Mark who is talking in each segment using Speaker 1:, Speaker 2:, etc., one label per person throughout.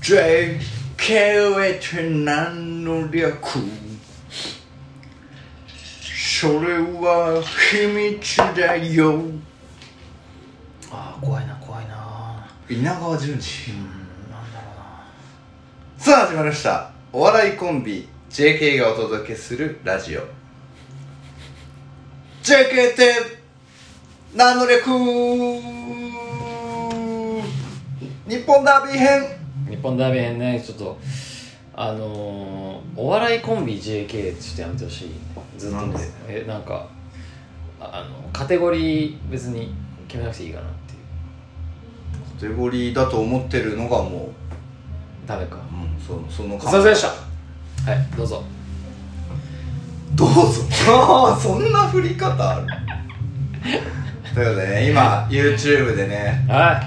Speaker 1: 全経営て何の略それは秘密だよ
Speaker 2: ああ怖いな怖いな
Speaker 1: 稲川淳二
Speaker 2: うんなんだろうな
Speaker 1: さあ始まりましたお笑いコンビ JK がお届けするラジオ JK って何の略日本ダービー編
Speaker 2: 日本ダービー編ねちょっとあのー、お笑いコンビ JK ちょっとやめてほしいずっと
Speaker 1: なんで
Speaker 2: えなんかああのカテゴリー別に決めなくていいかなっていう
Speaker 1: カテゴリーだと思ってるのがも
Speaker 2: ダメか
Speaker 1: う、うん、そその
Speaker 2: すいませんでしたはいどうぞ
Speaker 1: どうぞ ああそんな振り方あるということでね今 YouTube でね
Speaker 2: は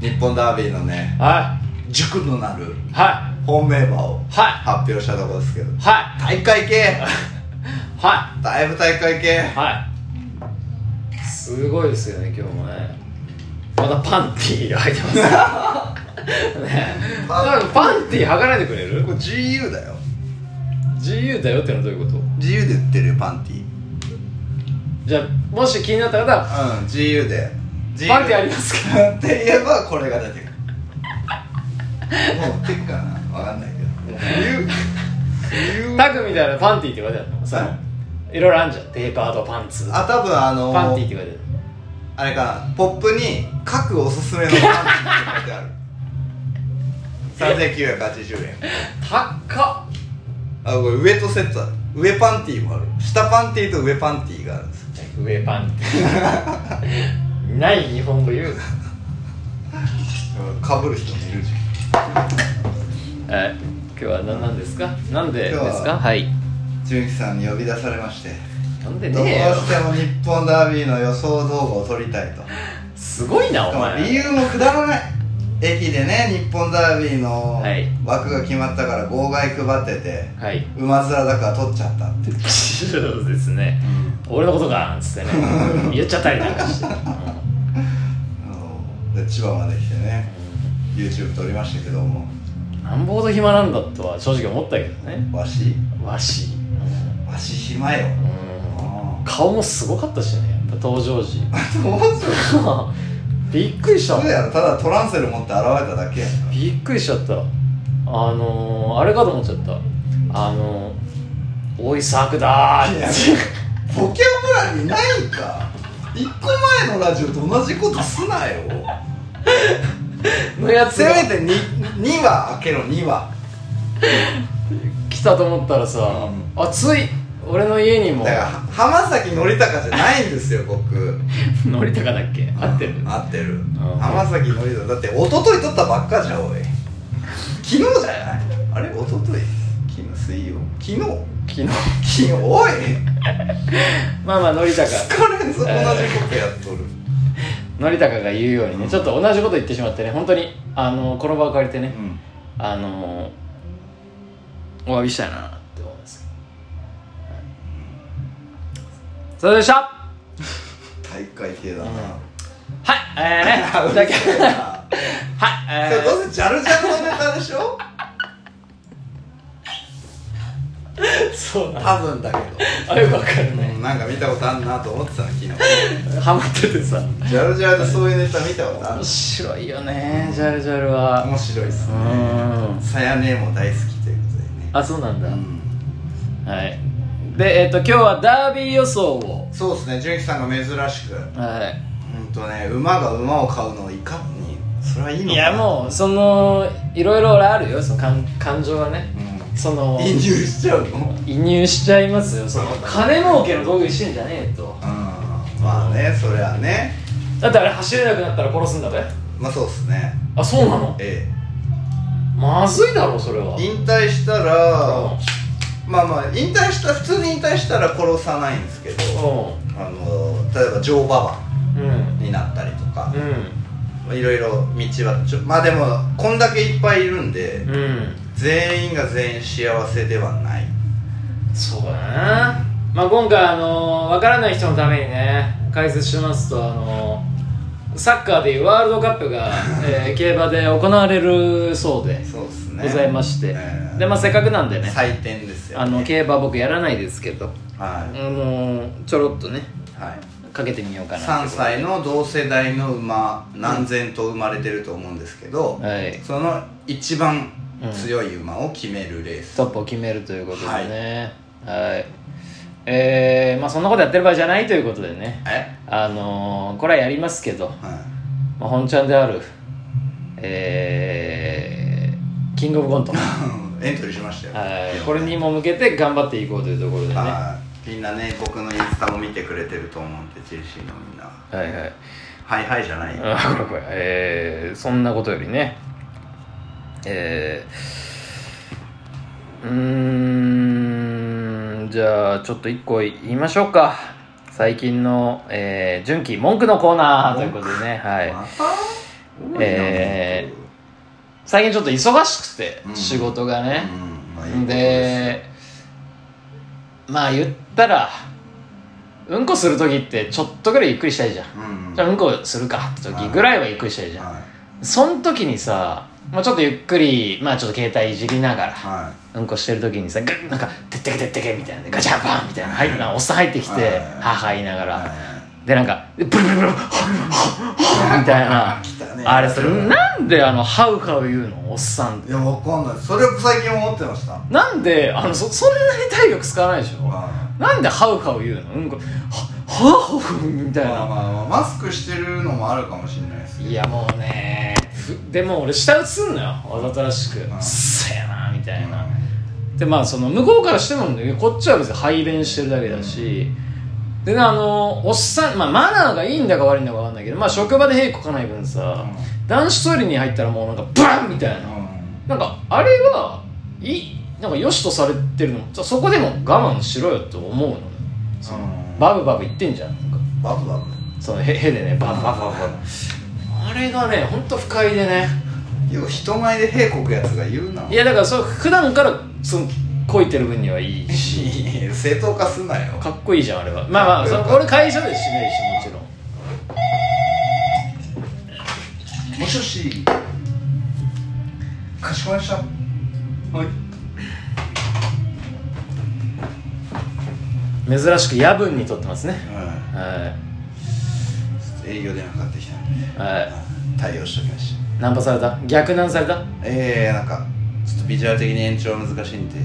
Speaker 1: 日本ダービーのね
Speaker 2: いは
Speaker 1: 塾のなる
Speaker 2: いは
Speaker 1: 本命馬を
Speaker 2: いは
Speaker 1: 発表したところですけど
Speaker 2: いは
Speaker 1: 大会 系
Speaker 2: いは
Speaker 1: だいぶ大会系
Speaker 2: いはいすごいですよね今日もねまだパンティーが入ってます ねえパンティー履かないでくれる
Speaker 1: これ GU だよ
Speaker 2: GU だよってのはどういうこと
Speaker 1: GU で売ってるよパンティ
Speaker 2: じゃあもし気になった方は
Speaker 1: うん GU で GU
Speaker 2: パンティーありますか
Speaker 1: かって言えばこれが出てくるもう売ってるかなわかんないけど冬冬
Speaker 2: タグみたいなパンティーって言われたのさいろいろあんじゃんテーパードパンツ
Speaker 1: あ多分あの
Speaker 2: パンティーって言われた
Speaker 1: あれかなポップに各おすすめのパンティーって書いてある3980円
Speaker 2: 高っ
Speaker 1: あこれ上とセットある上パンティーもある下パンティーと上パンティーがあるんです
Speaker 2: 上パンティ ーない日本語言うな
Speaker 1: かぶる人もいるじゃん
Speaker 2: はい、今日は何なんですかなんでです
Speaker 1: 今日は
Speaker 2: かはい
Speaker 1: 純喜さんに呼び出されまして
Speaker 2: なんで
Speaker 1: どう
Speaker 2: ねえよ
Speaker 1: しても日本ダービーの予想動画を撮りたいと
Speaker 2: すごいなお前
Speaker 1: 理由もくだらない駅でね日本ダービーの
Speaker 2: はい
Speaker 1: 枠が決まったから号外配ってて
Speaker 2: はい
Speaker 1: 馬面だから撮っちゃったって
Speaker 2: そうですね俺のことかなんつってね言っちゃったりなんかし て、うん
Speaker 1: あので千葉まで来てね YouTube 撮りましたけども
Speaker 2: なんぼほど暇なんだとは正直思ったけどね
Speaker 1: わし
Speaker 2: わし、
Speaker 1: わし暇よ
Speaker 2: うん
Speaker 1: あ
Speaker 2: 顔もすごかったしねやっぱ登場時
Speaker 1: ー どうする
Speaker 2: びっくりしたも
Speaker 1: そ
Speaker 2: ん
Speaker 1: うやろただトランセル持って現れただけやん
Speaker 2: びっくりしちゃったあのー、あれかと思っちゃったあのー「おいクだー」って
Speaker 1: いやボキャブラリーないんか一個前のラジオと同じことすなよ
Speaker 2: のやつ
Speaker 1: せ
Speaker 2: が
Speaker 1: めて 2, 2話開けろ2話
Speaker 2: 来たと思ったらさ、
Speaker 1: う
Speaker 2: あつい俺の家に
Speaker 1: だ
Speaker 2: も
Speaker 1: から浜崎のりたかじゃないんですよ僕
Speaker 2: 乗りたかだっけ合ってる
Speaker 1: 合ってる
Speaker 2: ん
Speaker 1: 浜崎のりたかだって一昨日撮ったばっかじゃんおい昨日じゃないあれ一昨日昨日水曜昨日
Speaker 2: 昨日
Speaker 1: 昨日おい
Speaker 2: まあまあ乗りたか
Speaker 1: 疲れんぞ同じことやっとる、
Speaker 2: 乗りたかが言うようにね、ちょっと同じこと言ってしまってね本当にあのこの場を借りてね、
Speaker 1: うん
Speaker 2: あのお詫びしたいなって思いますはいそれでしたは
Speaker 1: 大会系だな、
Speaker 2: いえ ー、ね
Speaker 1: あうる
Speaker 2: だけ
Speaker 1: せえな
Speaker 2: はい
Speaker 1: それ
Speaker 2: え
Speaker 1: どうせジャルジャルのネタでしょ
Speaker 2: ー、そうな
Speaker 1: 多分だけ
Speaker 2: あよくわかる
Speaker 1: ど、
Speaker 2: ね
Speaker 1: うん、なんか見たことあんなと思ってたの昨日
Speaker 2: ハマっててさ
Speaker 1: ジャルジャルでそういうネタ見たことある
Speaker 2: 面白いよねジャルジャルは
Speaker 1: 面白いっす
Speaker 2: う
Speaker 1: ね
Speaker 2: ん
Speaker 1: さやねも大好きということでね
Speaker 2: あそうなんだ、
Speaker 1: うん
Speaker 2: はいでえっ、と今日はダービー予想を
Speaker 1: そうですね純喜さんが珍しくほ
Speaker 2: はい
Speaker 1: んとね馬が馬を買うのをいかにそれはいいのか
Speaker 2: いやもうそのいろいろ俺あるよその感感情がね
Speaker 1: う
Speaker 2: その
Speaker 1: ん移入しちゃうのうん
Speaker 2: 移入しちゃいますよその金儲けの道具にしてんじゃねえと
Speaker 1: まあねそれはね
Speaker 2: だってあれ走れなくなったら殺すんだべ
Speaker 1: まあそうっすね
Speaker 2: あそうなの
Speaker 1: え
Speaker 2: まずいだろそれは
Speaker 1: え引退したらまあまあ引退した普通に引退したら殺さないんですけど
Speaker 2: う
Speaker 1: あの例えば乗馬場
Speaker 2: んうん
Speaker 1: になったりとか
Speaker 2: う、
Speaker 1: いろいろ道はちょまあでもこんだけいっぱいいるんで、
Speaker 2: んうん
Speaker 1: 全員が全員幸せではない
Speaker 2: そうだなまあ今回あのー、分からない人のためにね解説しますとあのーサッカーでいうワールドカップが、え ー競馬で行われるそうで
Speaker 1: そうですね
Speaker 2: ございまして、
Speaker 1: ええ
Speaker 2: でまあせっかくなんでね
Speaker 1: 採点ですよ、ね、
Speaker 2: あの競馬僕やらないですけど、あ
Speaker 1: は
Speaker 2: のーちょろっとね
Speaker 1: い、はい、
Speaker 2: かけてみようかな
Speaker 1: 3歳の同世代の馬何千頭生まれてると思うんですけど、
Speaker 2: はい
Speaker 1: その一番強い馬を決めるレース、
Speaker 2: トップを決めるということでねはい、えー、まあそんなことやってる場合じゃないということでね
Speaker 1: え、
Speaker 2: あのーこれはやりますけど、
Speaker 1: はい、
Speaker 2: まあ、本ちゃんであるえー、キングオブコントは
Speaker 1: エントリーしましたよ
Speaker 2: いこれにも向けて頑張っていこうというところでねは
Speaker 1: はいみんなね僕のインスタも見てくれてると思うんで JC のみんない
Speaker 2: はい
Speaker 1: はいはいじゃないよ
Speaker 2: あこれこれえー、そんなことよりねえー、うーんじゃあちょっと一個言いましょうか最近の、えー、純喜文句のコーナーということでねはい
Speaker 1: また多いな
Speaker 2: え最近ちょっと忙しくて、
Speaker 1: うん
Speaker 2: 仕事が
Speaker 1: う
Speaker 2: ね、
Speaker 1: んまあいいこと
Speaker 2: ですまあ言ったらうんこする時ってちょっとぐらいゆっくりしたいじゃん、
Speaker 1: ようん
Speaker 2: じゃあうんこするかって時ぐらいはゆっくりしたいじゃん、
Speaker 1: はい
Speaker 2: その時にさ、まあ、ちょっとゆっくり、まあ、ちょっと携帯いじりながら、
Speaker 1: は
Speaker 2: うんこしてる時にさ、グッなんか、てってけてってけみたいなんで、ガチャパンみたいな、入ったおっさん入ってき
Speaker 1: はい
Speaker 2: て、母言いなが
Speaker 1: い
Speaker 2: ら、
Speaker 1: は。
Speaker 2: で、なんか、ブルブルブル、ホッホッホッみたいな
Speaker 1: 来たね
Speaker 2: あれ、それ、なんであの、ハウハウ言うの、おっさんっ
Speaker 1: い
Speaker 2: て
Speaker 1: いやわかんないそれを最近思ってましたは
Speaker 2: なんで、あの、そ、そんなに体力使わないでし
Speaker 1: い
Speaker 2: ょ
Speaker 1: ま
Speaker 2: なんでハウハウ言うのうんこ、ハウハウみたい
Speaker 1: あまあ
Speaker 2: な。
Speaker 1: まあマスクしてるのもあるかもしれないですけど
Speaker 2: いや、もうね、ふでも俺、下打つんのよ、わざとらしく。
Speaker 1: ん
Speaker 2: うっせえな、みた
Speaker 1: う
Speaker 2: い
Speaker 1: ん
Speaker 2: な。でまあその向こうからしてもねこっちは別に排便してるだけだし、でねあのおっさん、まあ、マナーがいいんだか悪いんだか分かんないけどまあ職場で屁こかない分さ、
Speaker 1: うん
Speaker 2: 男子トイレに入ったらもうなんかバンみたいな、なんかあれはいいなんか良しとされてるのじゃあそこでも我慢しろよって思うのねその、
Speaker 1: うん
Speaker 2: バブバブ言ってんじゃんなんか
Speaker 1: バブバブ
Speaker 2: そのへへでねバブバブバブあれがね本当不快でね
Speaker 1: よう人前で屁こくやつが言うない
Speaker 2: いやだからそう普段からそのこいてる分にはいいし
Speaker 1: や正当化すなよ
Speaker 2: かっこいいじゃんあれはまあまあその俺会社でしないしもちろん
Speaker 1: もしもしかしこまりましたはい
Speaker 2: 珍しく夜分に撮ってますね
Speaker 1: う
Speaker 2: は
Speaker 1: んちょっと営業電話かかってきたんで
Speaker 2: いは
Speaker 1: 対応しときました
Speaker 2: いナンパされた逆ナンされた
Speaker 1: ええなんかちょっとビジュアル的に延長難しいんで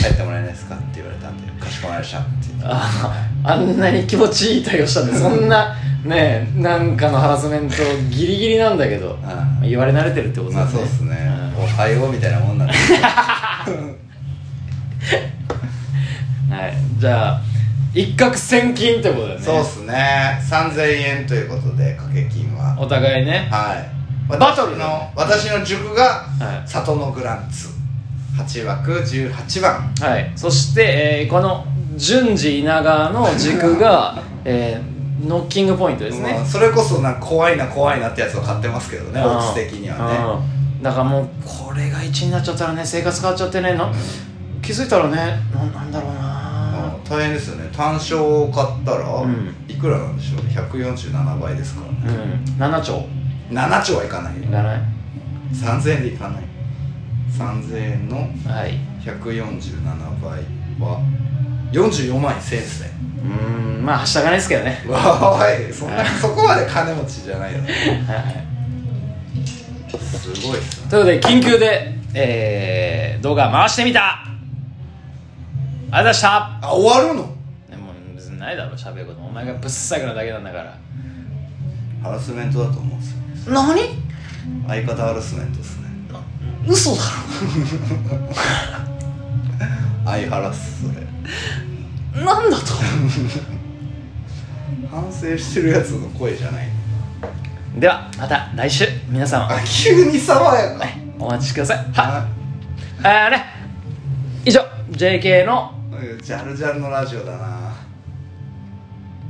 Speaker 1: 帰ってもらえないですかって言われたんでかしこまりましたって
Speaker 2: あああんなに気持ちいい対応し たんでそんなねえなんかのハラスメントギリギリなんだけど
Speaker 1: ああ
Speaker 2: 言われ慣れてるってこと
Speaker 1: ま
Speaker 2: だ
Speaker 1: あそうっすね
Speaker 2: は
Speaker 1: おはようみたいなもんなんで
Speaker 2: いはいじゃあ一攫千金ってことだよね
Speaker 1: そうっすね3000円ということで掛け金は
Speaker 2: お互いね
Speaker 1: はい
Speaker 2: バトル
Speaker 1: の私の塾が
Speaker 2: はい
Speaker 1: 里のグランツ8枠18番
Speaker 2: はいそして、えーこの順次稲川の軸 が、えーノッキングポイントですね、
Speaker 1: もうそれこそなんか怖いな怖いなってやつを買ってますけどねオッズ的にはね
Speaker 2: ねだからもうこれが1になっちゃったらね生活変わっちゃってねな気づいたらねななんだろうな
Speaker 1: もう大変ですよね単勝を買ったら
Speaker 2: うん
Speaker 1: いくらなんでしょうね147倍ですからね
Speaker 2: うん7兆
Speaker 1: 7兆はいかない
Speaker 2: いらない
Speaker 1: 3000円でいかない3000円の
Speaker 2: はい
Speaker 1: 147倍は44万1000円ですね
Speaker 2: うーんまあはしたがないですけどね
Speaker 1: わーいそんなそこまで金持ちじゃないよね
Speaker 2: はいはい
Speaker 1: すごいっすね
Speaker 2: ということで緊急で、えー、動画回してみたありがとうございました
Speaker 1: あ終わるの
Speaker 2: でも別にないだろ喋ることお前がぶっさくなだけなんだから
Speaker 1: ハラスメントだと思うんですよ
Speaker 2: 何
Speaker 1: 相方ハラスメントですね
Speaker 2: 嘘だ
Speaker 1: 相ハラスそれ
Speaker 2: ろなんだと
Speaker 1: 反省してるやつの声じゃない
Speaker 2: ではまた来週皆さん
Speaker 1: あ急に爽やか
Speaker 2: お待ちくださいはい
Speaker 1: あ
Speaker 2: あれ以上 JK の
Speaker 1: ジャルジャルのラジオだな